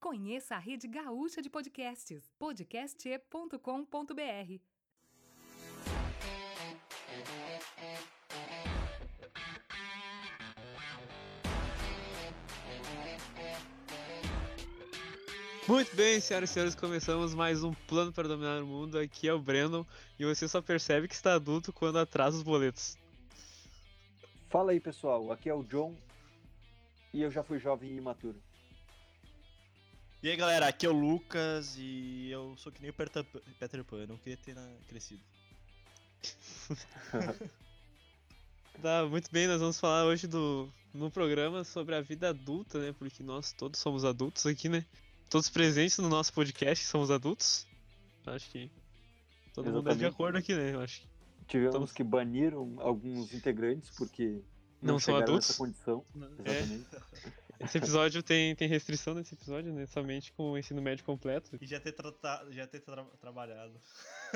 Conheça a rede gaúcha de podcasts, podcast.com.br. Muito bem, senhoras e senhores, começamos mais um Plano para Dominar o Mundo. Aqui é o Brandon e você só percebe que está adulto quando atrasa os boletos. Fala aí, pessoal. Aqui é o John e eu já fui jovem e imaturo. E aí galera, aqui é o Lucas e eu sou que nem o Peter Pan- Peter Pan, eu não queria ter na- crescido. Tá, muito bem, nós vamos falar hoje do no programa sobre a vida adulta, né? Porque nós todos somos adultos aqui, né? Todos presentes no nosso podcast somos adultos. Acho que todo mundo é de Exatamente. acordo aqui, né? Eu acho que Tivemos Estamos- que banir um- alguns integrantes porque não, Não são chegaram adultos? É. nessa condição. Exatamente. esse episódio tem, tem restrição nesse episódio, né? Somente com o ensino médio completo. E já ter tratado, já ter tra- trabalhado.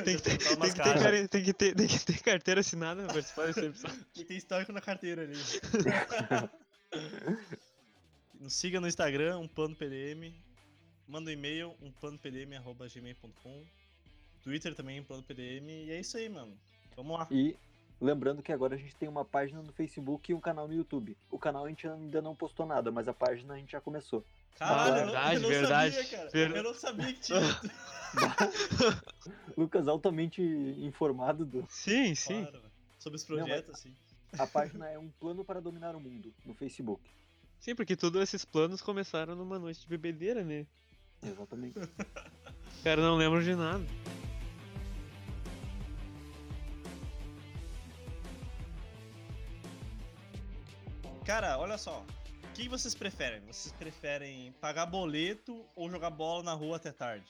Tem que ter, botar tem umas que ter, caras. care- tem que ter- tem que ter carteira assinada pra participar desse episódio. E tem histórico na carteira ali. Nos siga no Instagram, um plano PDM. Manda um e-mail, um gmail.com. Twitter também, um plano PDM. E é isso aí, mano. Vamos lá. E lembrando que agora a gente tem uma página no Facebook e um canal no YouTube. O canal a gente ainda não postou nada, mas a página a gente já começou. Caralho, eu não- verdade, eu não verdade. sabia, cara. Ver- Eu não sabia que tinha. Lucas altamente informado do. Sim, sim. Claro, velho. Sobre os mas- projetos, assim. A página é um plano para dominar o mundo no Facebook. Sim, porque todos esses planos começaram numa noite de bebedeira, né? Exatamente. O cara não lembra de nada. Cara, olha só. O que vocês preferem? Vocês preferem pagar boleto ou jogar bola na rua até tarde?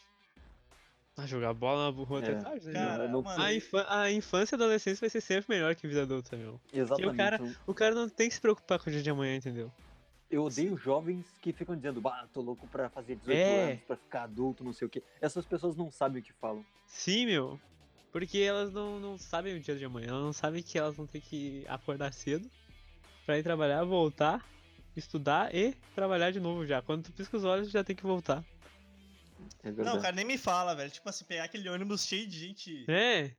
Ah, jogar bola na rua até É, tarde, né? cara, meu? não- mano, A, infa- a infância e a adolescência vai ser sempre melhor que a vida adulta, meu. Exatamente. o cara- O cara não tem que se preocupar com o dia de amanhã, entendeu? Eu odeio jovens que ficam dizendo, bah, tô louco pra fazer 18 É. anos, pra ficar adulto, não sei o quê. Essas pessoas não sabem o que falam. Sim, meu. Porque elas não, não sabem o dia de amanhã, elas não sabem que elas vão ter que acordar cedo pra ir trabalhar, voltar, estudar e trabalhar de novo já. Quando tu pisca os olhos, já tem que voltar. É verdade. Não, cara, nem me fala, velho. Tipo assim, pegar aquele ônibus cheio de gente, É,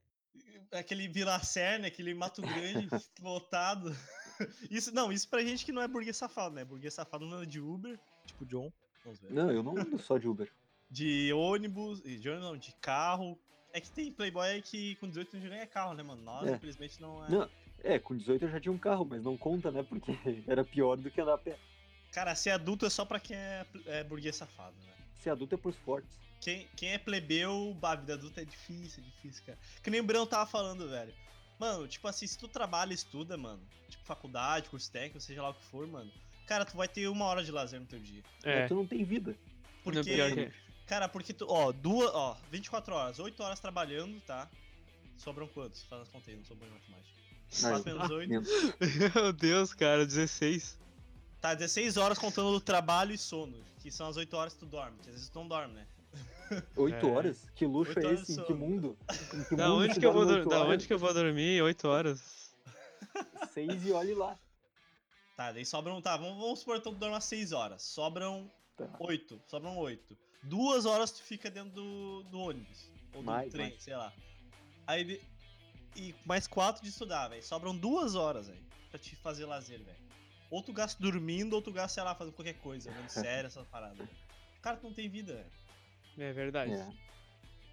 aquele Vila Serna, aquele Mato Grande lotado. Isso, não, isso pra gente que não é burguês safado, né? Burguês safado não é de Uber, tipo John, vamos ver. Não, eu não ando só de Uber. De ônibus, de ônibus não, de carro. É que tem playboy aí que com 18 anos já ganha carro, né, mano? Nós, É. infelizmente, não é. Não. É, com 18 eu já tinha um carro, mas não conta, né? Porque era pior do que andar a pé. Cara, ser adulto é só pra quem é, é burguês safado, né? Ser adulto é pros fortes. Quem, quem é plebeu, bah, a vida adulta é difícil, é difícil, cara. Que nem o Brão tava falando, velho. Mano, tipo assim, se tu trabalha e estuda, mano, tipo faculdade, curso técnico, seja lá o que for, mano, cara, tu vai ter uma hora de lazer no teu dia. é. Mas tu não tem vida. Não, é Porque, pior que- cara, porque tu, ó, duas, ó, 24 horas, 8 horas trabalhando, tá? Sobram quantos? Faz as contas aí, não sou bom em matemática. Não, 4 menos 8. menos. Meu Deus, cara, 16. Tá, 16 horas contando do trabalho e sono, que são as 8 horas que tu dorme, que às vezes tu não dorme, né? É. 8 horas? Que luxo Oito é horas esse? Em só. que mundo? Em que Da mundo onde, se um que eu vou dorme dor- oito da horas? onde que eu vou dormir 8 horas? Seis e olhe lá. Tá, daí sobram, tá, vamos, vamos supor então que tu dorme às 6 horas, sobram Tá. Oito, sobram oito. Duas horas tu fica dentro do, do ônibus. Ou do Mais, trem, mais. sei lá. Aí. de- E mais quatro de estudar, velho. Sobram duas horas, velho. Pra te fazer lazer, velho. Ou tu gasta dormindo, ou tu gasta, sei lá, fazendo qualquer coisa, vendo sério essa parada. Cara, tu não tem vida, velho. É verdade. É.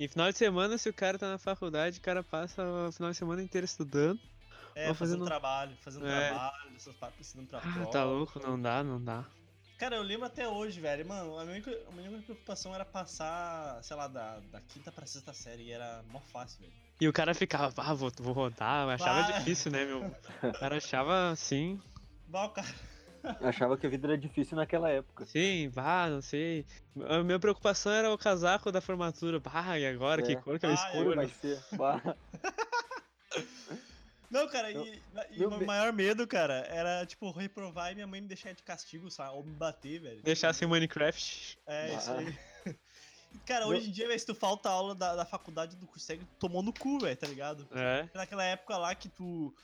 E final de semana, se o cara tá na faculdade, o cara passa o final de semana inteiro estudando. É, Ou fazendo, fazendo- trabalho, fazendo É. trabalho, essas paradas, precisando pra Ah, prova. tá louco, não dá, não dá. Cara, eu lembro até hoje, velho. Mano, a minha, única- a minha única preocupação era passar, sei lá, da, da quinta pra sexta série. E era mó fácil, velho. E o cara ficava, ah, vou, vou rodar, eu achava Bah. difícil, né, meu? O cara achava assim, Bah, o cara Achava que a vida era difícil naquela época. sim, bah, não sei. A minha preocupação era o casaco da formatura, bah, e agora, É. que cor que eu Ah, Como escolho? vai ser? Bah. Não, cara, Eu- e, e meu o meu me- maior medo, cara, era, tipo, reprovar e minha mãe me deixar de castigo, sabe? Ou me bater, velho. Deixar sem Minecraft. É, isso Ah. aí. Cara, Meu- hoje em dia, velho, se tu falta aula da, da faculdade do curso técnico, tu tomou no cu, velho, tá ligado? É. Naquela época lá que tu,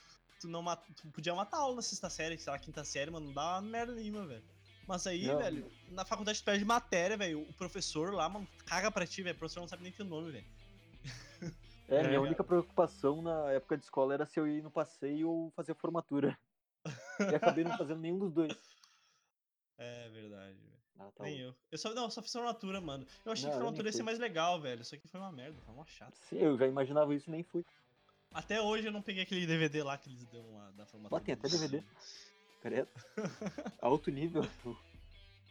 tu não mat- tu podia matar aula na sexta série, sei lá, quinta série, mano, não dá uma merda nenhuma, velho. Mas aí, Não. velho, na faculdade tu perde matéria, velho. O professor lá, mano, caga pra ti, velho. O professor não sabe nem teu nome, velho. É, É, minha cara. única preocupação na época de escola era se eu ia no passeio ou fazer formatura. E acabei não fazendo nenhum dos dois. É verdade, velho. Ah, tá Nem bom. eu. Eu só, não, eu só fiz formatura, mano. Eu achei Não, que eu nem formatura ia ser fui. mais legal, velho. Isso aqui foi uma merda, foi uma chata. Sim, eu já imaginava isso e nem fui. Até hoje eu não peguei aquele DVD lá que eles dão lá da formatura. Ó, tem até DVD. Credo. Alto nível.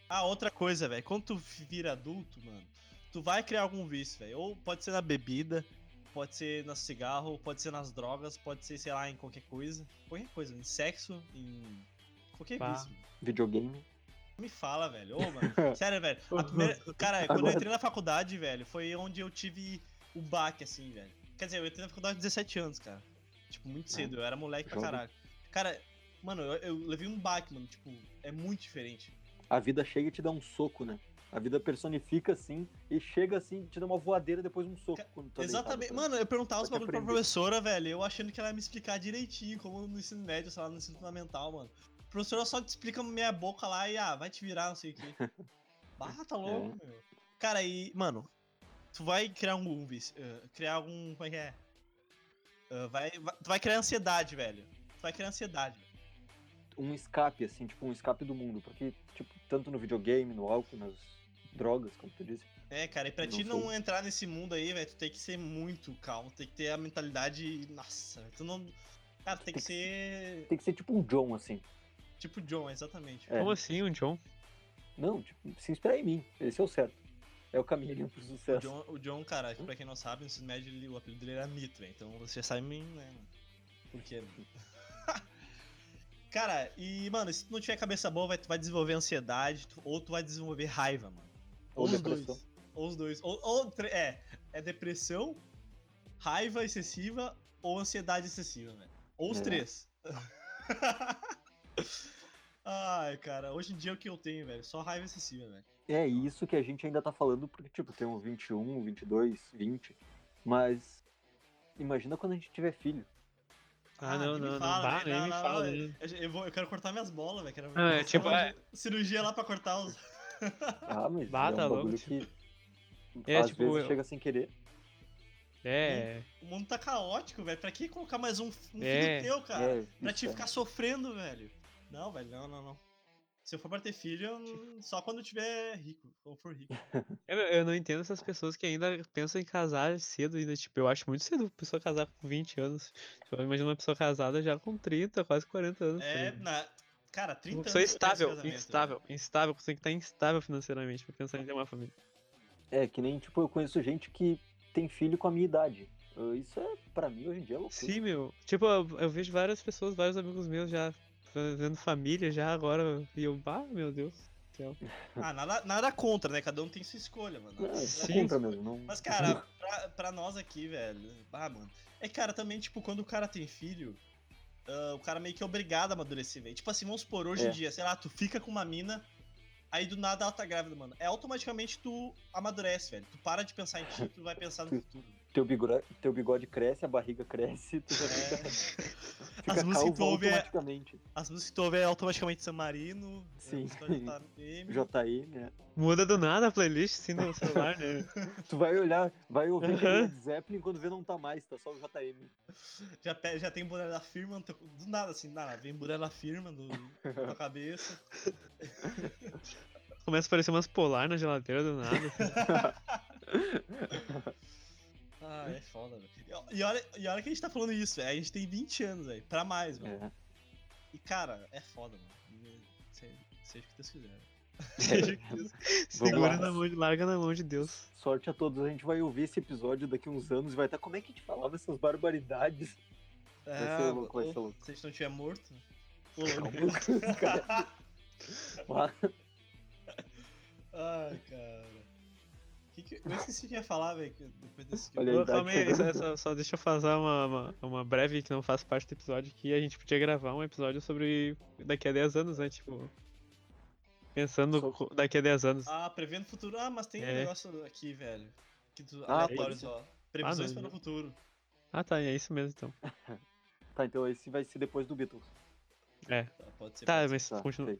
Ah, outra coisa, velho. Quando tu vira adulto, mano, tu vai criar algum vício, velho. Ou pode ser na bebida, pode ser no cigarro, pode ser nas drogas, pode ser, sei lá, em qualquer coisa. Qualquer coisa, em sexo, em. Qualquer Pá. vício. mano. Videogame. Me fala, velho. Ô, mano. Sério, velho. A primeira- Cara, quando eu Agora- entrei na faculdade, velho, foi onde eu tive o baque, assim, velho. Quer dizer, eu entrei na faculdade com 17 anos, cara. Tipo, muito cedo. Eu era moleque pra Jovem. caralho. Cara, mano, eu, eu levei um baque, mano. Tipo, é muito diferente. A vida chega e te dá um soco, né? A vida personifica assim e chega assim, te dá uma voadeira depois um soco. Ca- Quando tá Exatamente. deitado, Mano, eu perguntava os Pra te bagulho pra aprender. professora, velho, eu achando que ela ia me explicar direitinho, como no ensino médio, sei lá, no ensino fundamental, mano. A professora só te explica meia boca lá e, ah, vai te virar, não sei o quê. bah, tá louco, meu. Cara, e, mano, tu vai criar um vício, eh, criar algum, como é que é? Eh, vai, vai- tu vai criar ansiedade, velho. Tu vai criar ansiedade, velho. um escape, assim, tipo, um escape do mundo. Porque, tipo, tanto no videogame, no álcool, nas drogas, como tu disse. É, cara, e pra Não ti não sei. entrar nesse mundo aí, velho, tu tem que ser muito calmo, tem que ter a mentalidade, nossa, velho, tu não... Cara, Tem tem que que ser Tem que ser tipo um John, assim. tipo John, exatamente. É. Como assim, o John? Não, tipo, se inspirar em mim. Esse é o certo. É o caminho pro O sucesso. John, o John, cara, pra quem não sabe, no ensino médio ele- o apelido dele era Mito, velho. Então você já sabe né, mano? Por quê? né? cara, e, mano, se tu não tiver cabeça boa, vai, tu vai desenvolver ansiedade, tu- ou tu vai desenvolver raiva, mano. Ou, Ou os depressão. dois. Ou os dois. Ou, ou tre- é, é depressão, raiva excessiva ou ansiedade excessiva, velho. Ou os É. três. Ai, cara, hoje em dia é o que eu tenho, velho? Só raiva excessiva, velho. É isso que a gente ainda tá falando, porque, tipo, tem um 21, 22, 20. Mas imagina quando a gente tiver filho. Ah, não, nem me não, não. fala, Bah, velho, nem me fala, né? Eu, eu vou- eu quero cortar minhas bolas, velho. Quero Ah, é, fazer tipo, uma é- cirurgia lá pra cortar os. Ah, mas Bah, é um tá louco, bagulho tipo. que É, às tipo, vezes eu- chega sem querer. É, O mundo tá caótico, velho. Pra que colocar mais um, f- um É. filho teu, cara? é, pra isso te é. ficar sofrendo, velho. Não, velho, não, não, não. Se eu for pra ter filho, eu não- só quando eu tiver rico. Ou for rico. eu, É, eu não entendo essas pessoas que ainda pensam em casar cedo ainda, tipo, eu acho muito cedo a pessoa casar com 20 anos. Tipo, eu imagino uma pessoa casada já com 30, quase 40 anos. tá É, ligado? na. Cara, Uma 30 pessoa anos. depois do estável, casamento, né? instável, velho. instável, você tem que estar instável financeiramente pra pensar em ter uma família. É, que nem, tipo, eu conheço gente que tem filho com a minha idade. Ah, Isso é, pra mim, hoje em dia é loucura. Sim, meu. Tipo, eu, eu vejo várias pessoas, vários amigos meus já fazendo família já agora. E eu, bah, meu Deus. do céu. Ah, nada, nada contra, né? Cada um tem sua escolha, mano. Não, isso Sim. é contra mesmo. Não... Mas, Uhum. cara, pra, pra nós aqui, velho. Ah, mano. É, cara, também, tipo, quando o cara tem filho, ah, o cara meio que é obrigado a amadurecer, velho. Tipo assim, vamos supor, hoje É. em dia, sei lá, tu fica com uma mina, aí do nada ela tá grávida, mano. É automaticamente tu amadurece, velho. Tu para de pensar em ti, tu vai pensar no futuro. Teu bigode, teu bigode cresce, a barriga cresce, tu já É. fica, As fica músicas que calvo tu ouve é- automaticamente. As músicas que tu ouve é automaticamente é, Samarino, Sim. JM. JI, né? Muda do nada a playlist assim no celular, né? Tu vai olhar, vai ouvir aquele Aham. Led Zeppelin quando vê não tá mais, tá só o JM. Já, pe- já tem Burela Firma, no teu- do nada, assim, do nada, vem Burela Firma do, na tua cabeça. Começa a aparecer umas polar na geladeira do nada. assim, Ah, é foda, velho. E- E olha, e olha que a gente tá falando isso, velho. A gente tem 20 anos, velho. Pra mais, mano. É. E, cara, é foda, mano. Se- Seja o que né? Deus quiser. velho. Seja o que Deus- Segura lá. na mão de, larga na mão de Deus. Sorte a todos, a gente vai ouvir esse episódio daqui uns anos e vai estar. Como é que a gente falava essas barbaridades? Vai ser Ah, louco, vai ou- ser louco. Se a gente não tiver morto. Ô, Meu louco. Deus, cara. Tá. Bah, Ai, cara. Que que... Eu esqueci o que eu ia falar, velho. que- Depois desse. Olha Ô, aí. Verdade, Calma aí, só, Fernando. só- só deixa eu fazer uma, uma, uma breve que não faz parte do episódio, que a gente podia gravar um episódio sobre daqui a 10 anos, né? Tipo. Pensando Sobre- co- daqui a 10 anos. Ah, prevendo o futuro. Ah, mas tem um É. negócio aqui, velho. Que tu... Ah, aleatório pode ser. só. Previsões não, para o não. futuro. Ah tá, é isso mesmo então. Tá, então esse vai ser depois do Beatles. É. Tá, pode ser. Tá, pode ser. mas Tá, continua.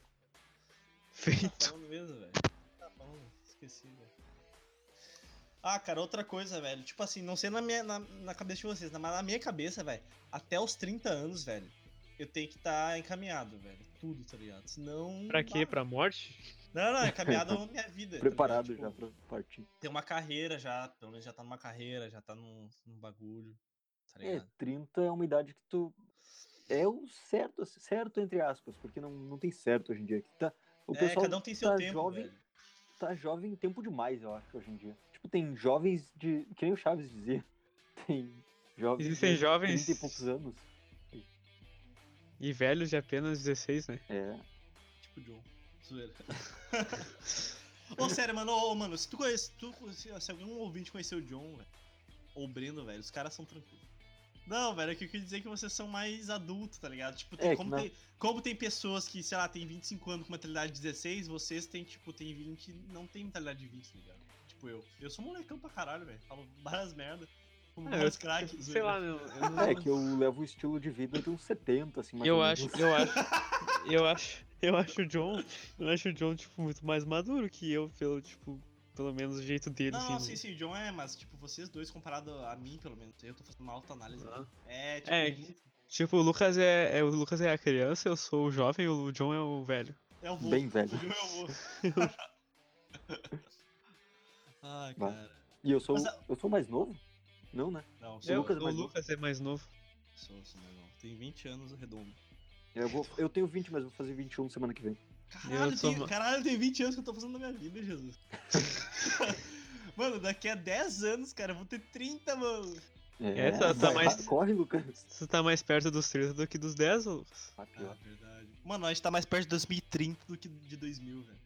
feito. Tá Feito. falando mesmo, velho. Tá falando, esqueci, velho. Ah, cara, outra coisa, velho. Tipo assim, não sei na, minha, na, na cabeça de vocês, mas na minha cabeça, velho, até os 30 anos, velho, eu tenho que estar encaminhado, velho. Tudo, tá ligado? Senão. Pra quê? dá. Pra morte? Não, não, encaminhado na minha vida. tá Preparado já ligado? Tipo, pra partir. Ter uma carreira já, pelo menos já tá numa carreira, já tá num, num bagulho, tá É, ligado? 30 é uma idade que tu. É o certo, assim, certo entre aspas, porque não, não tem certo hoje em dia. Que tá, o É, pessoal cada um tem seu tá tempo, jovem, velho. tá jovem tempo demais, eu acho, hoje em dia. Tipo, tem jovens de. Que nem o Chaves dizia. Tem jovens. Existem de jovens- 30 e poucos anos. E velhos de apenas 16, né? É. Tipo John. Zoeira. ô, sério, mano, ô, mano, se tu conhece, tu, se, se algum ouvinte conhecer o John, velho, ou o Breno, velho, os caras são tranquilos. Não, velho, é que eu queria dizer que vocês são mais adultos, tá ligado? Tipo, tem- É, que como, não- tem, como tem pessoas que, sei lá, tem 25 anos com mentalidade de 16, vocês têm, tipo, tem 20 e não tem mentalidade de 20, tá ligado? Tipo eu. Eu sou molecão pra caralho, velho. Falo várias merda. Como Ah, vários eu- craques. Sei zoeira. lá, meu. Eu, não- É que eu levo o estilo de vida de uns 70, assim, mais eu ou acho, menos. eu acho, eu acho, eu acho o John, eu acho o John, tipo, muito mais maduro que eu, pelo, tipo, pelo menos o jeito dele, Não, assim. não, sim, sim, o John é, mas, tipo, vocês dois comparado a mim, pelo menos, eu tô fazendo uma autoanálise. Ah. né? É, tipo, É, ele- Tipo, o Lucas é, é- o Lucas é a criança, eu sou o jovem, o John é o velho. é o vô. Bem velho. O John é o vô. Ai, Vai. cara. E eu sou. Mas a- Eu sou mais novo? Não, né? Não, Sou o sou Eu- Lucas é o mais novo. Lucas é mais novo. Sou, sou mais novo. Tenho 20 anos redondo. Eu, vou, eu tenho 20, mas vou fazer 21 semana que vem. Caralho, sou tem, ma- caralho, tem 20 anos que eu tô fazendo na minha vida, Jesus. mano, daqui a 10 anos, cara, eu vou ter 30, mano. É, tá- tá vai, mais- vai, Corre, Lucas. Você tá mais perto dos 30 do que dos 10, ô Lucas? Ah, Ah, pior. verdade. Mano, a gente tá mais perto de 2030 do que de 2000, velho.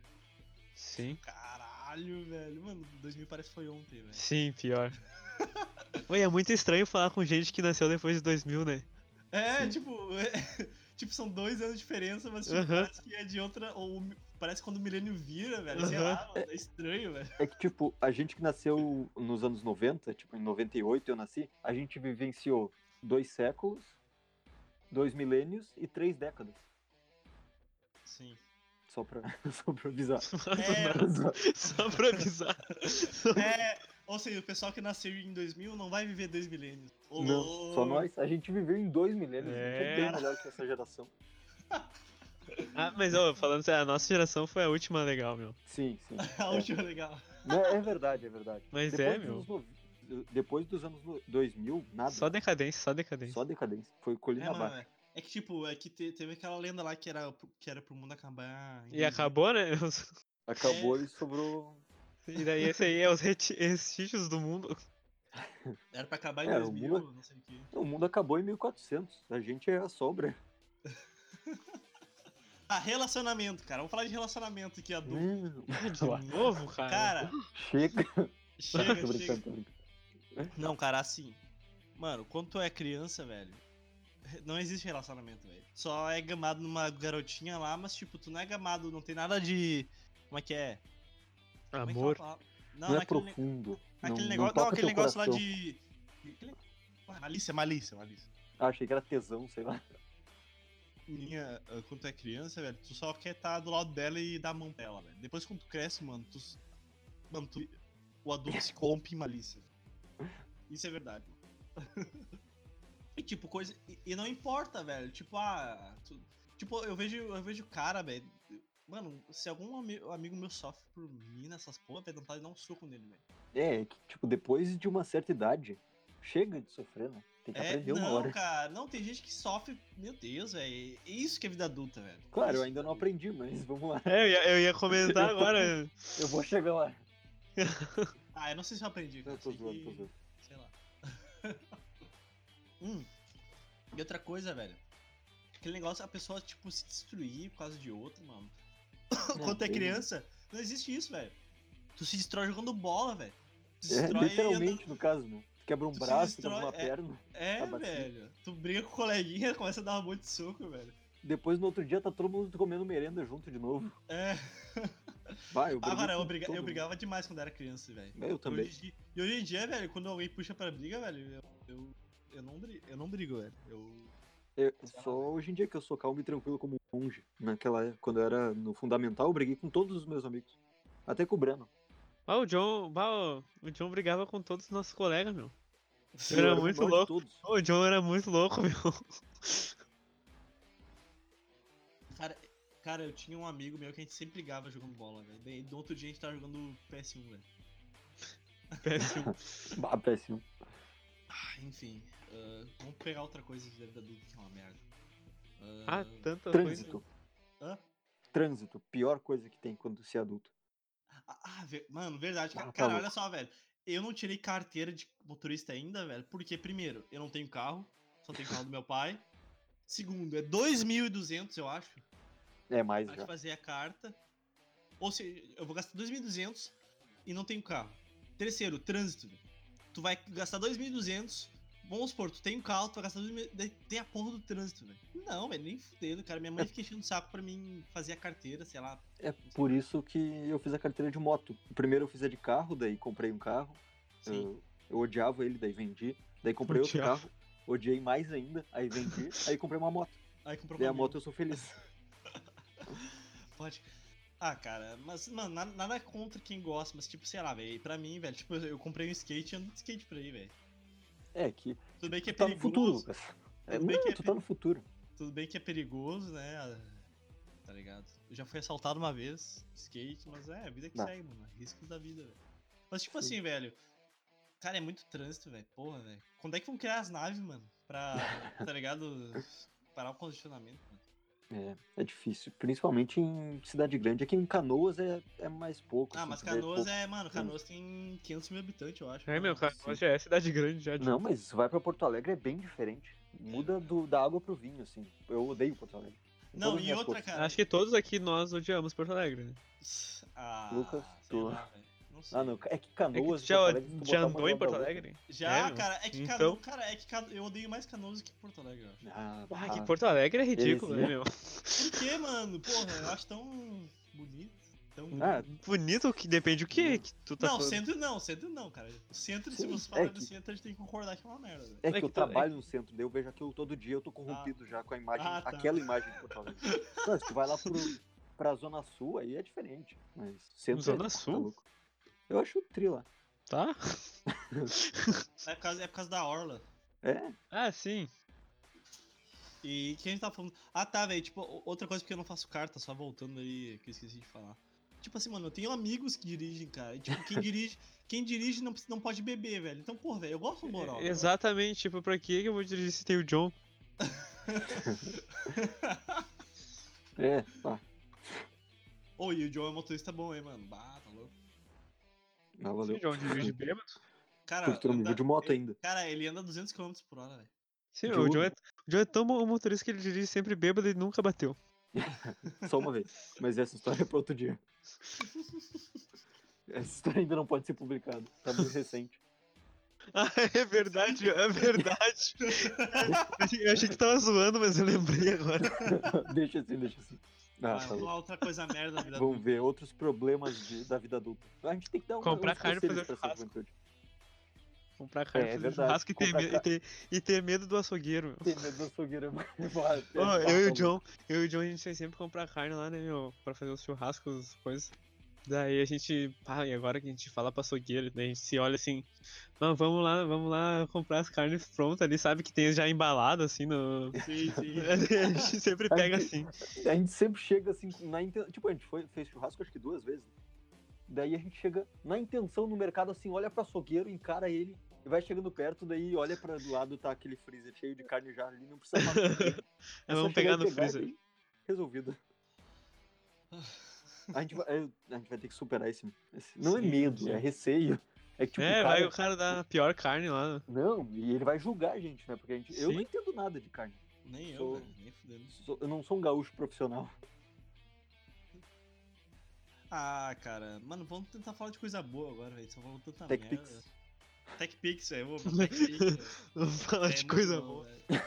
Sim. Caralho, velho. Mano, 2000 parece que foi ontem, velho. Sim, pior. Oi, é muito estranho falar com gente que nasceu depois de 2000, né? É, tipo. é, tipo, são dois anos de diferença, mas tipo, Aham. parece que é de outra. Ou mi- parece quando o milênio vira, velho. Sei Aham. lá, mano, é estranho, velho. É que, tipo, a gente que nasceu nos anos 90, tipo, em 98 eu nasci, a gente vivenciou dois séculos, dois milênios e três décadas. Sim. Só pra, só pra avisar. É, Só pra avisar. é, ou seja, o pessoal que nasceu em 2000 não vai viver dois milênios. Ô, Não, louco. só nós. A gente viveu em dois milênios. A gente É. é bem melhor que essa geração. Ah, mas ó, falando sério, a nossa geração foi a última legal, meu. Sim, sim. A última tá, legal. Não, é verdade, é verdade. Mas é, depois, dos meu. anos nove- depois dos anos no- 2000, nada. Só decadência, só decadência. Só decadência. Foi colina É, mano, abaixo. é. É que, tipo, é que te- teve aquela lenda lá que era, pro- que era pro mundo acabar. em E 2000. acabou, né? Acabou e sobrou. E daí esse aí é os reti- restígios do mundo. Era pra acabar em É, o 2000, mundo- não sei o quê. O mundo acabou em 1400. A gente é a sobra. Ah, relacionamento, cara. Vamos falar de relacionamento aqui, adulto. Hum, De novo, cara. Cara, chega. chega, Tô chega. brincando, tô brincando. Não, cara, assim. Mano, quando tu é criança, velho, não existe relacionamento, velho. Só é gamado numa garotinha lá, mas tipo, tu não é gamado, não tem nada de. Como é que é? Como é que Amor. fala a palavra? Não, Não, não é é aquele, ne- profundo. aquele não, negócio. Não, Não, toca aquele teu negócio lá coração. de. aquele- Ah, Malícia, malícia, malícia. Ah, achei que era tesão, sei lá. Minha, ah, quando tu é criança, velho, tu só quer estar do lado dela e dar a mão pra ela, velho. Depois quando tu cresce, mano, tu. s- Mano, tu. O adulto se compra em malícia. Isso é verdade. E tipo, coisa. E, e não importa, velho. Tipo, ah. tu- tipo, eu vejo, eu vejo cara, velho. Mano, se algum ami- amigo meu sofre por mim nessas porra, velho, vontade de dar um soco nele, velho. É, é que, tipo, depois de uma certa idade, chega de sofrer, né? Tem que É, aprender não, uma hora. cara, não, tem gente que sofre. Meu Deus, velho. é Isso que é vida adulta, velho. Claro, eu Isso, ainda não velho. aprendi, mas vamos lá. É, eu ia, eu ia comentar agora. Eu vou chegar lá. Ah, eu não sei se eu aprendi. cara, Eu tô sei zoando, tô que- zoando. Sei lá. Hum. E outra coisa, velho. Aquele negócio, a pessoa, tipo, se destruir por causa de outro, mano. Quando tu é tem- criança, não existe isso, velho. Tu se destrói jogando bola, velho. Tu se É, destrói andando- literalmente, no caso, né? Tu quebra um Tu se braço, destrói, quebra uma é. perna. É, a bacia. velho. Tu briga com o coleguinha, começa a dar um monte de soco, velho. Depois, no outro dia, tá todo mundo comendo merenda junto de novo. É. Vai, eu briguei Ah, cara, eu, com briga- todo eu mundo. É, brigava demais quando era criança, velho. Eu também. E hoje, em dia- e hoje em dia, velho, quando alguém puxa pra briga, velho, eu, eu, eu não, brigo, eu não brigo, velho. Eu, Eu, só hoje em dia que eu sou calmo e tranquilo como um monge. Naquela época, quando eu era no fundamental, eu briguei com todos os meus amigos. Até com o Breno. Ah, o John. bah, o- o John brigava com todos os nossos colegas, meu. Eu Era o muito maior de louco. todos. O John era muito louco, meu. Cara, cara, eu tinha um amigo meu que a gente sempre ligava jogando bola, velho. Daí, Do outro dia a gente tava jogando PS1, velho. Péssimo. Bah, péssimo. Ah, enfim. ah, vamos pegar outra coisa de vida adulta que é uma merda. Ah, tá. tanta coisa. Trânsito. Hã? Trânsito. Pior coisa que tem quando se é adulto. Ah, ah, ve- mano, verdade. Ah, Cara, tá cara, louco. olha só, velho. Eu não tirei carteira de motorista ainda, velho. Porque, primeiro, eu não tenho carro. Só tenho carro do meu pai. Segundo, é 2.200, eu acho. É mais Pra te já. fazer a carta. Ou seja, eu vou gastar 2.200 e não tenho carro. Terceiro, trânsito. velho. Tu vai gastar 2.200. Vamos supor, tu tem um carro, tu vai gastar 2.000. daí Tem a porra do trânsito, velho. Não, velho, nem fudendo, cara. Minha mãe fica enchendo o saco pra mim fazer a carteira, sei lá. É por isso que eu fiz a carteira de moto. Primeiro eu fiz a de carro, daí comprei um carro. Sim. Eu, eu odiava ele, daí vendi. Daí comprei outro Odiava. carro. Odiei mais ainda, aí vendi. aí comprei uma moto. Aí comprou Daí a uma moto eu sou feliz. Pode. Ah, cara, mas, mano, na- nada, contra quem gosta, mas, tipo, sei lá, velho, pra mim, velho, tipo, eu comprei um skate e ando de skate por aí, velho. É que Tudo bem que é tá no perigoso. futuro, Lucas. É, Tudo bem que não, é tu tá no futuro. Tudo bem que é perigoso, né? Tá ligado? Eu já fui assaltado uma vez, de skate, mas é, a vida que Bah. segue, mano. Riscos da vida, velho. Mas, tipo Sim. assim, velho, cara, é muito trânsito, velho. Porra, velho. Quando é que vão criar as naves, mano? Pra, tá ligado? Parar o congestionamento, mano. É, é difícil. Principalmente em cidade grande. Aqui em Canoas é, é mais pouco. Ah, assim, mas tu vê Canoas pouco. é, mano, Canoas tem 500 mil habitantes, eu acho. É, meu, cara, Sim. já é cidade grande já. Não, mas vai pra Porto Alegre é bem diferente. Muda do, da água pro vinho, assim. Eu odeio Porto Alegre. Em Não, todas e as outra, coisas. cara. Acho que todos aqui nós odiamos Porto Alegre, né? Ah, Lucas, sei tu- lá, velho. Não sei. Ah, não. É que É que Canoas. tu e já, Porto Alegre, se já tu botar uma andou em do lado Porto da outra- Alegre? É, Já, meu. cara, é que Então- Canoas, cara, é que Cano- eu odeio mais Canoas que Porto Alegre, eu acho. Ah, Ah, bah. que Porto Alegre é ridículo, Eles, né, meu? Por que, mano? Porra, eu acho tão bonito. Tão... Ah, Bonito que depende o que, que tu tá não, falando. centro não, centro não, cara. O centro, se Sim, você é falar do que- centro, a gente tem que concordar que é uma merda, velho. É É que, que eu tá- é trabalho no centro, daí eu vejo aquilo todo dia, eu tô corrompido já com a imagem, Ah, tá. aquela imagem de Porto Alegre. Não, se tu vai lá pro, pra Zona Sul, aí é diferente. Mas centro é- Zona tá Sul? louco. Eu acho tri lá. Tá? É por causa, é por causa da Orla. É, Ah, sim. E o que a gente tá falando? Ah, tá, velho. Tipo, o- outra coisa porque eu não faço carta, só voltando aí que eu esqueci de falar. Tipo assim, mano, eu tenho amigos que dirigem, cara. E, tipo, quem dirige, quem dirige não, precisa- não pode beber, velho. Então, porra, velho, eu gosto do É, moral. Exatamente, tipo, pra que que eu vou dirigir se tem o John? é, tá. Ô, e o John é um motorista bom, hein, mano. Bah, tá louco. Ah, Se valeu. o John dirige bêbado. Cara, Porque tu não anda- viu um de moto ele- ainda. Cara, ele anda 200 km por hora, velho. Sim, De o John, Uber. é, o John é tão bom motorista que ele dirige sempre bêbado e nunca bateu. Só uma vez. Mas essa história é pra outro dia. Essa história ainda não pode ser publicada. Tá muito recente. Ah, é verdade, é verdade. eu achei que tava zoando, mas eu lembrei agora. deixa assim, deixa assim. Ah, Vai, tá louco. uma outra coisa merda da vida Vamos ver outros problemas de- da vida adulta. A gente tem que dar um Comprar uns carne e conselhos fazer pra essa churrasco. juventude. Comprar carne, É, fazer verdade, churrasco e ter, comprar medo, e, car- ter, e ter medo do açougueiro, meu. Tem medo do açougueiro. Porra, é Ó, eu e o bafo. John, eu e o John, a gente vai sempre comprar carne lá, né, meu? Pra fazer os churrascos, as coisas. Daí a gente. Pá, e agora que a gente fala pra açougueiro, daí a gente se olha assim. Não, vamos lá, vamos lá comprar as carnes prontas ali, sabe que tem já embalado assim no. Sim, sim. a gente sempre pega assim. A gente sempre chega assim, na inten... tipo, a gente foi, fez churrasco acho que duas vezes. Daí a gente chega na intenção no mercado assim, olha pra açougueiro, encara ele, e vai chegando perto, daí olha pra do lado, tá aquele freezer cheio de carne já ali, não precisa mais. nada. É só vamos chegar pegar e no e freezer. daí, Resolvido. A gente, vai, é, a gente vai ter que superar esse. esse- não é Sim, medo, sim. é receio. É que tipo, é, o cara- vai o cara dar a pior carne lá. Não, e ele vai julgar a gente, né? Porque a gente, eu Sim. não entendo nada de carne. Nem eu, Sou- velho. Nem fudendo. Sou- eu não sou um gaúcho profissional. Ah, cara. Mano, vamos tentar falar de coisa boa agora, velho. Só falou tanta Tech merda. Pix. TechPix, velho. Vou pra TechPix, velho. Vamos falar É de muito coisa bom, boa. velho.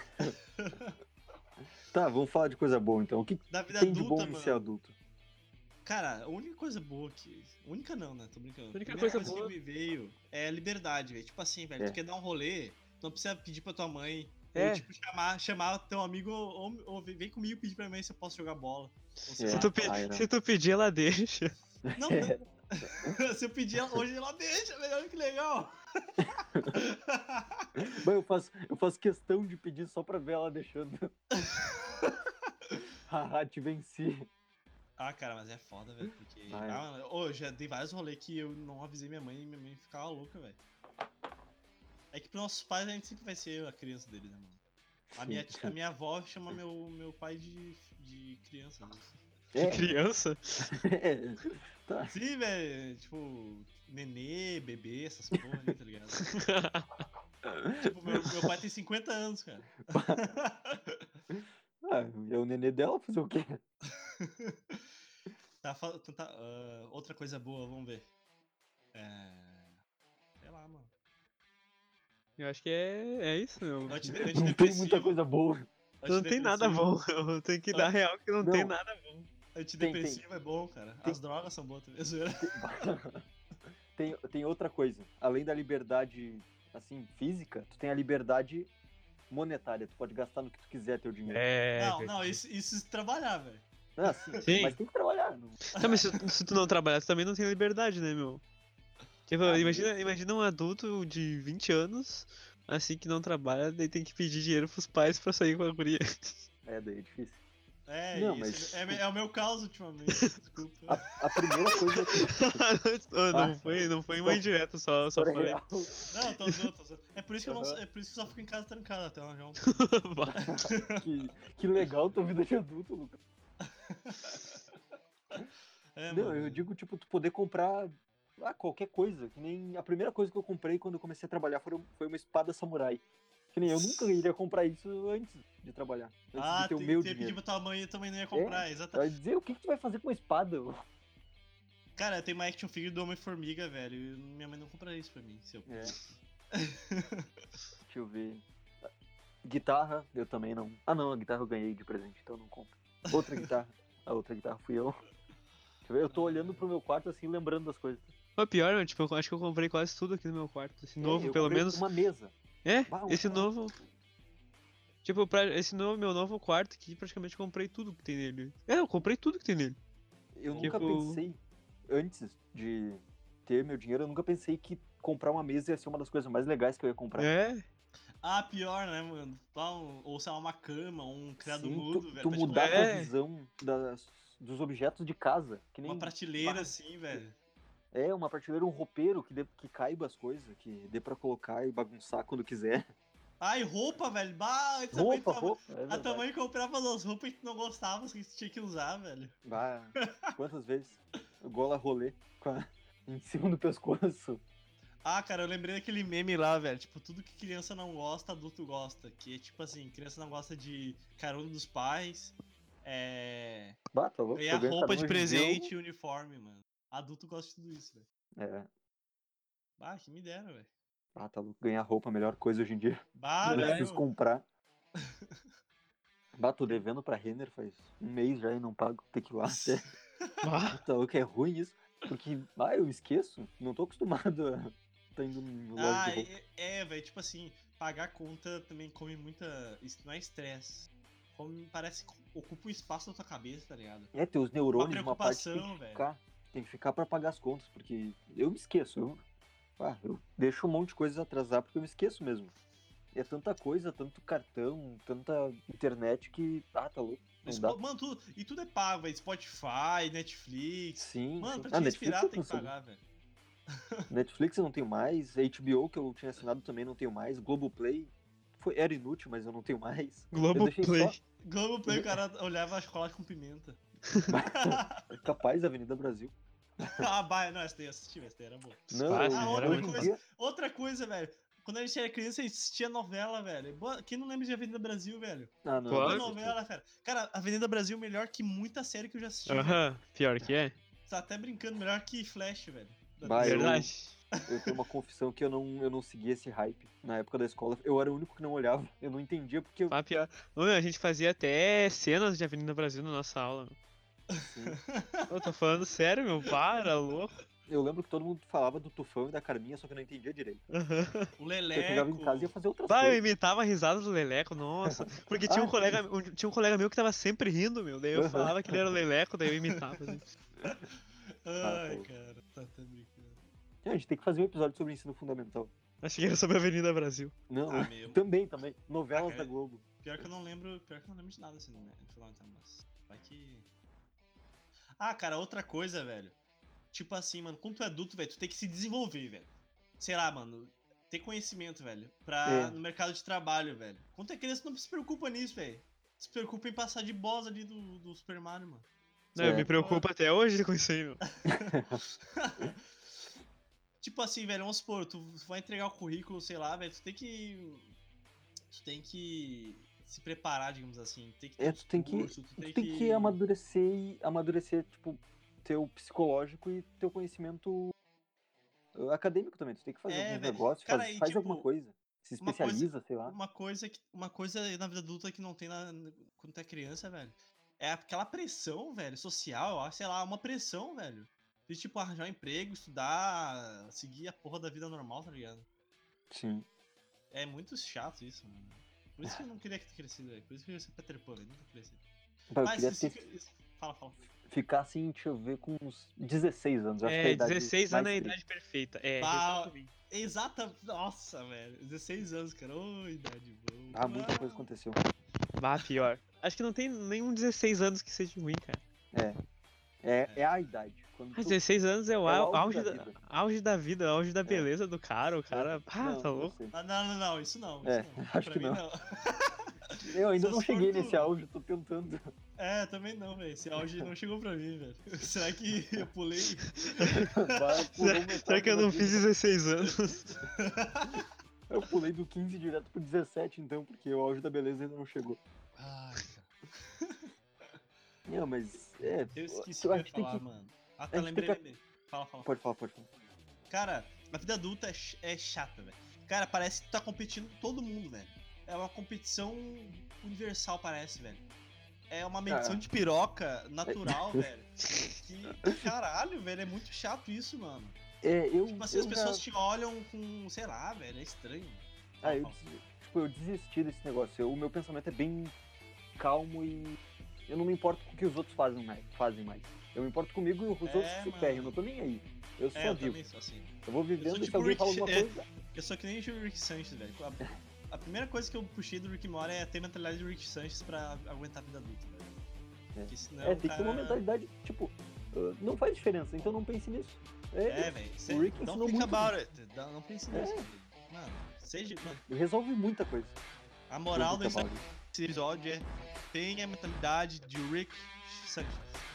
Tá, vamos falar de coisa boa então. O que Da vida tem de adulta, bom em mano. ser adulto? Cara, a única coisa boa que. Única não, né? Tô brincando. A única Primeira coisa boa- que me veio é a liberdade, velho. Tipo assim, velho, É. tu quer dar um rolê, tu não precisa pedir pra tua mãe. É. Ou, tipo, chamar, chamar teu amigo ou, ou- ou vem comigo pedir pra mim se eu posso jogar bola. Ou se- Se É, tu, pe- ai, não. se tu pedir, ela deixa. Não, não. se eu pedir ela- hoje, ela deixa, velho. Olha que legal. Bom, eu faço, eu faço questão de pedir só pra ver ela deixando. Haha, te venci. Ah, cara, mas é foda, velho. Porque. Ai. Ah, mano, ô, eu já dei vários rolês que eu não avisei minha mãe e minha mãe ficava louca, velho. É que pros nossos pais a gente sempre vai ser a criança deles, né, mano? A minha, Sim. a minha avó chama meu, meu pai de, de criança, né? De criança. É, Sim, velho. Tipo, nenê, bebê, essas porra ali, tá ligado? tipo, meu, meu pai tem 50 anos, cara. Ah, é o nenê dela fazer o quê? Tá, fal- tá- ah, outra coisa boa, vamos ver. É. Sei lá, mano. Eu acho que é, é isso, meu. Anti- Não tem muita antidepressivo, coisa boa. Não tem nada antidepressivo- bom. Eu tenho que dar real que não, tem Não. nada. Antidepressivo é bom, cara. As drogas são boas também. zoeira. Tem, tem outra coisa. Além da liberdade, assim, física, tu tem a liberdade monetária. Tu pode gastar no que tu quiser teu dinheiro. É. não, não, isso, isso se trabalhar, velho. Ah, sim, Sim. Mas tem que trabalhar. não- Tá, mas se, se tu não trabalhar, tu também não tem liberdade, né, meu? Tipo, Ah, imagina, imagina um adulto de 20 anos, assim que não trabalha, daí tem que pedir dinheiro pros pais pra sair com a guria. É, daí é difícil. É, Não, isso. mas- É, é o meu caso ultimamente, desculpa. A primeira coisa que. não, não Ah. foi, não foi uma indireta, só, só História falei. real. Não, tô zoando, tô zoando. É por isso que eu não, Aham. é por isso que eu só fico em casa trancado até lá, João. Que, que legal tua vida de adulto, Lucas. É, Não, mano. eu digo, tipo, tu poder comprar ah, qualquer coisa. Que nem a primeira coisa que eu comprei quando eu comecei a trabalhar foi, foi uma espada samurai. Que nem eu nunca iria comprar isso antes de trabalhar. Antes Ah, de ter tem o que meu dinheiro. ter É. pedido pra tua mãe e também não ia comprar, exatamente. Vai dizer o que, que tu vai fazer com uma espada? Cara, tem uma action figure um do Homem-Formiga, velho. e minha mãe não compra isso pra mim. Se eu... É. Deixa eu ver. Guitarra, eu também não. Ah não, a guitarra eu ganhei de presente, então eu não compro. Outra guitarra. A outra guitarra fui eu. Deixa eu ver, eu tô olhando pro meu quarto assim, lembrando das coisas. Foi pior, mano, tipo, eu acho que eu comprei quase tudo aqui no meu quarto. Esse novo, É, Eu pelo comprei menos. Uma mesa. É, Bah, um esse quarto. novo. Tipo, pra, esse novo, meu novo quarto aqui, praticamente comprei tudo que tem nele. É, eu comprei tudo que tem nele. Eu nunca Tipo- pensei, antes de ter meu dinheiro, eu nunca pensei que comprar uma mesa ia ser uma das coisas mais legais que eu ia comprar. É, Ah, pior, né, mano? Pá, um- Ou sei lá, uma cama, um criado Sim, mudo, tu, velho. tu pra te mudar a colocar tua É. visão das- dos objetos de casa. Que nem Uma prateleira Bah. assim, velho. É, uma prateleira, um roupeiro que, dê, que caiba as coisas, que dê pra colocar e bagunçar quando quiser. Ai, roupa, velho. Bah, antes a mãe Roupa, tava- roupa. é A verdade. tua mãe comprava as roupas que tu não gostava, assim, que tu tinha que usar, velho. Bah, quantas vezes? Gola rolê com a- em cima do pescoço. Ah, cara, eu lembrei daquele meme lá, velho. Tipo, tudo que criança não gosta, adulto gosta. Que é tipo assim, criança não gosta de carona dos pais, é. Bah, tá louco. ganhar tô vendo roupa de carona judeu. presente e uniforme, mano. Adulto gosta de tudo isso, velho. É. Bah, que me deram, velho. Ah, tá louco. Ganhar roupa é a melhor coisa hoje em dia. Bah, eu velho. Ah, preciso comprar. Bato devendo pra Renner faz um mês já e não pago. Tem que ir lá até. Ah, Tá louco, é ruim isso. Porque, ah, eu esqueço. Não tô acostumado a tá indo em loja Ah, de roupa. é, é, velho, tipo assim, pagar conta também come muita. Isso não é estresse. Come, parece que ocupa um espaço na tua cabeça, tá ligado? É, teus Uma neurônios, uma parte tem que preocupação, velho. ficar. Tem que ficar pra pagar as contas, porque eu me esqueço. Eu, ah, eu deixo um monte de coisas atrasar porque eu me esqueço mesmo. E é tanta coisa, tanto cartão, tanta internet que. Ah, tá louco. Não Mas, dá. pô, Mano, tudo, e tudo é pago, velho. Spotify, Netflix. Sim. Mano, sim. pra Ah, te respirar eu tem que consigo. pagar, velho. Netflix eu não tenho mais, HBO que eu tinha assinado também não tenho mais, Globoplay foi, era inútil, mas eu não tenho mais. deixei Globoplay. só. Globoplay, o cara olhava chocolate com pimenta. É Capaz, Avenida Brasil. ah, bah, não, essa daí eu assisti, essa daí era boa. Não, Ah, eu- sim, era eu muito conseguia- Outra coisa, velho. Quando a gente era criança, a gente assistia novela, velho. Boa- Quem não lembra de Avenida Brasil, velho? Ah, Claro. não. Boa não assisti. novela, cara. Cara, Avenida Brasil é melhor que muita série que eu já assisti. velho. Aham, pior que é. Tá até brincando, melhor que Flash, velho. Da Bah, Ah, eu- Verdade. Eu tenho uma confissão que eu não, eu não segui esse hype na época da escola. Eu era o único que não olhava. Eu não entendia porque eu. Ah, pior. Ô, meu, a gente fazia até cenas de Avenida Brasil na nossa aula. meu. Eu tô falando sério, meu. Para, louco. eu lembro que todo mundo falava do Tufão e da Carminha, só que eu não entendia direito. O Eu chegava em casa e ia Leleco. fazer outras Bah, eu coisas. imitava a risada do Leleco, nossa. Porque tinha um, Ah, colega, um- tinha um colega meu que tava sempre rindo, meu. Daí eu Aham. falava que ele era o Leleco, daí eu imitava. assim. Ah, Ai, pô. cara, tá até brincando. Gente, A gente tem que fazer um episódio sobre ensino fundamental. Achei que era sobre a Avenida Brasil. Não, Ah, meu. também, também. Novelas Ah, da cara. Globo. Pior que eu não lembro. Pior que eu não lembro de nada assim, né? no final, então, mas. Vai que. Ah, cara, outra coisa, velho. Tipo assim, mano, quando tu é adulto, velho, tu tem que se desenvolver, velho. Sei lá, mano, ter conhecimento, velho. Pra. É. No mercado de trabalho, velho. Quando é criança, não se preocupa nisso, velho. Se preocupa em passar de boss ali do, do Super Mario, mano. Não, eu É. me preocupo até hoje com isso aí, meu. tipo assim, velho, vamos supor, tu vai entregar o currículo, sei lá, velho, tu tem que. Tu tem que se preparar, digamos assim. Tem que ter É, tu tem que- curso, tu Tu tem que amadurecer e amadurecer, tipo, teu psicológico e teu conhecimento uh, acadêmico também. Tu tem que fazer É, alguns velho. negócios, Cara, faz, e, faz tipo, alguma coisa. Se uma coisa- especializa, sei lá. Uma coisa, que, uma coisa na vida adulta que não tem na, quando tu é criança, velho. É aquela pressão, velho, social, ó, sei lá, uma pressão, velho. De tipo, arranjar um emprego, estudar, seguir a porra da vida normal, tá ligado? Sim. É muito chato isso, mano. Por isso que eu não queria que tu crescesse, velho. Por isso que eu ia ser Peter Pan, velho. Nunca cresci. Bah, eu Mas assim, queria isso, ter, isso- Fala, fala. ficar assim, deixa eu ver, com uns 16 anos. eu Acho que é a É, idade 16 mais anos é a triste. idade perfeita. É, Bah, exatamente. Exata. Nossa, velho. 16 anos, cara. Ô, idade boa. Ah, muita coisa Ah. aconteceu. bah, pior. Acho que não tem nenhum 16 anos que seja ruim, cara. É, é a idade. Quando Ah, tu- 16 anos é o, au- auge, da, vida. É. auge da vida, auge da beleza do cara. O cara, ah, Não, tá não louco. sei. Ah, não, não, não, isso não. É, isso não. acho pra que mim, não. não. Eu ainda Seus não cheguei tortos- nesse auge, tô tentando. É, também não, velho. Esse auge não chegou pra mim, velho. Será que eu pulei? Vai, pulou uma Será que eu etapa não da fiz vida. 16 anos? Eu pulei do 15 direto pro 17, então, porque o auge da beleza ainda não chegou. Ai, cara. Não, mas. É, Eu esqueci eu o que eu acho ia tem falar, mano. Ah, a tá, gente lembrei, tem lembrei. Fala, fala. Pode falar, pode falar. Cara, a vida adulta é ch- é chata, velho. Cara, parece que tu tá competindo com todo mundo, velho. É uma competição universal, parece, velho. É uma medição de piroca natural, velho. Que, caralho, velho, é muito chato isso, mano. É, eu. Tipo assim, as eu pessoas já- te olham com, sei lá, velho, é estranho. É, Ah, eu, des- tipo, eu desisti desse negócio. Eu- o meu pensamento é bem calmo e. Eu não me importo com o que os outros fazem mais. Fazem mais. Eu me importo comigo e os É, outros se mano. ferrem. Eu não tô nem aí. Eu só É, eu vivo. também sou assim. Eu vou vivendo e se tipo alguém Rick- fala alguma é. coisa. Eu sou que nem o Rick Sanchez, velho. A, a primeira coisa que eu puxei do Rick Mora é ter a mentalidade do Rick Sanchez pra aguentar a vida adulta, velho. É. Porque senão, é, tem que ter uma cara, mentalidade, tipo, ah, não faz diferença, então não pense nisso. É, É, velho. cê- o Rick Don't ensinou think muito about it. Don't- Não pense É. nisso. velho. Mano, seja. Mano, resolve muita coisa. a moral Muito desse trabalho. episódio é tenha a mentalidade de Rick Sanchez.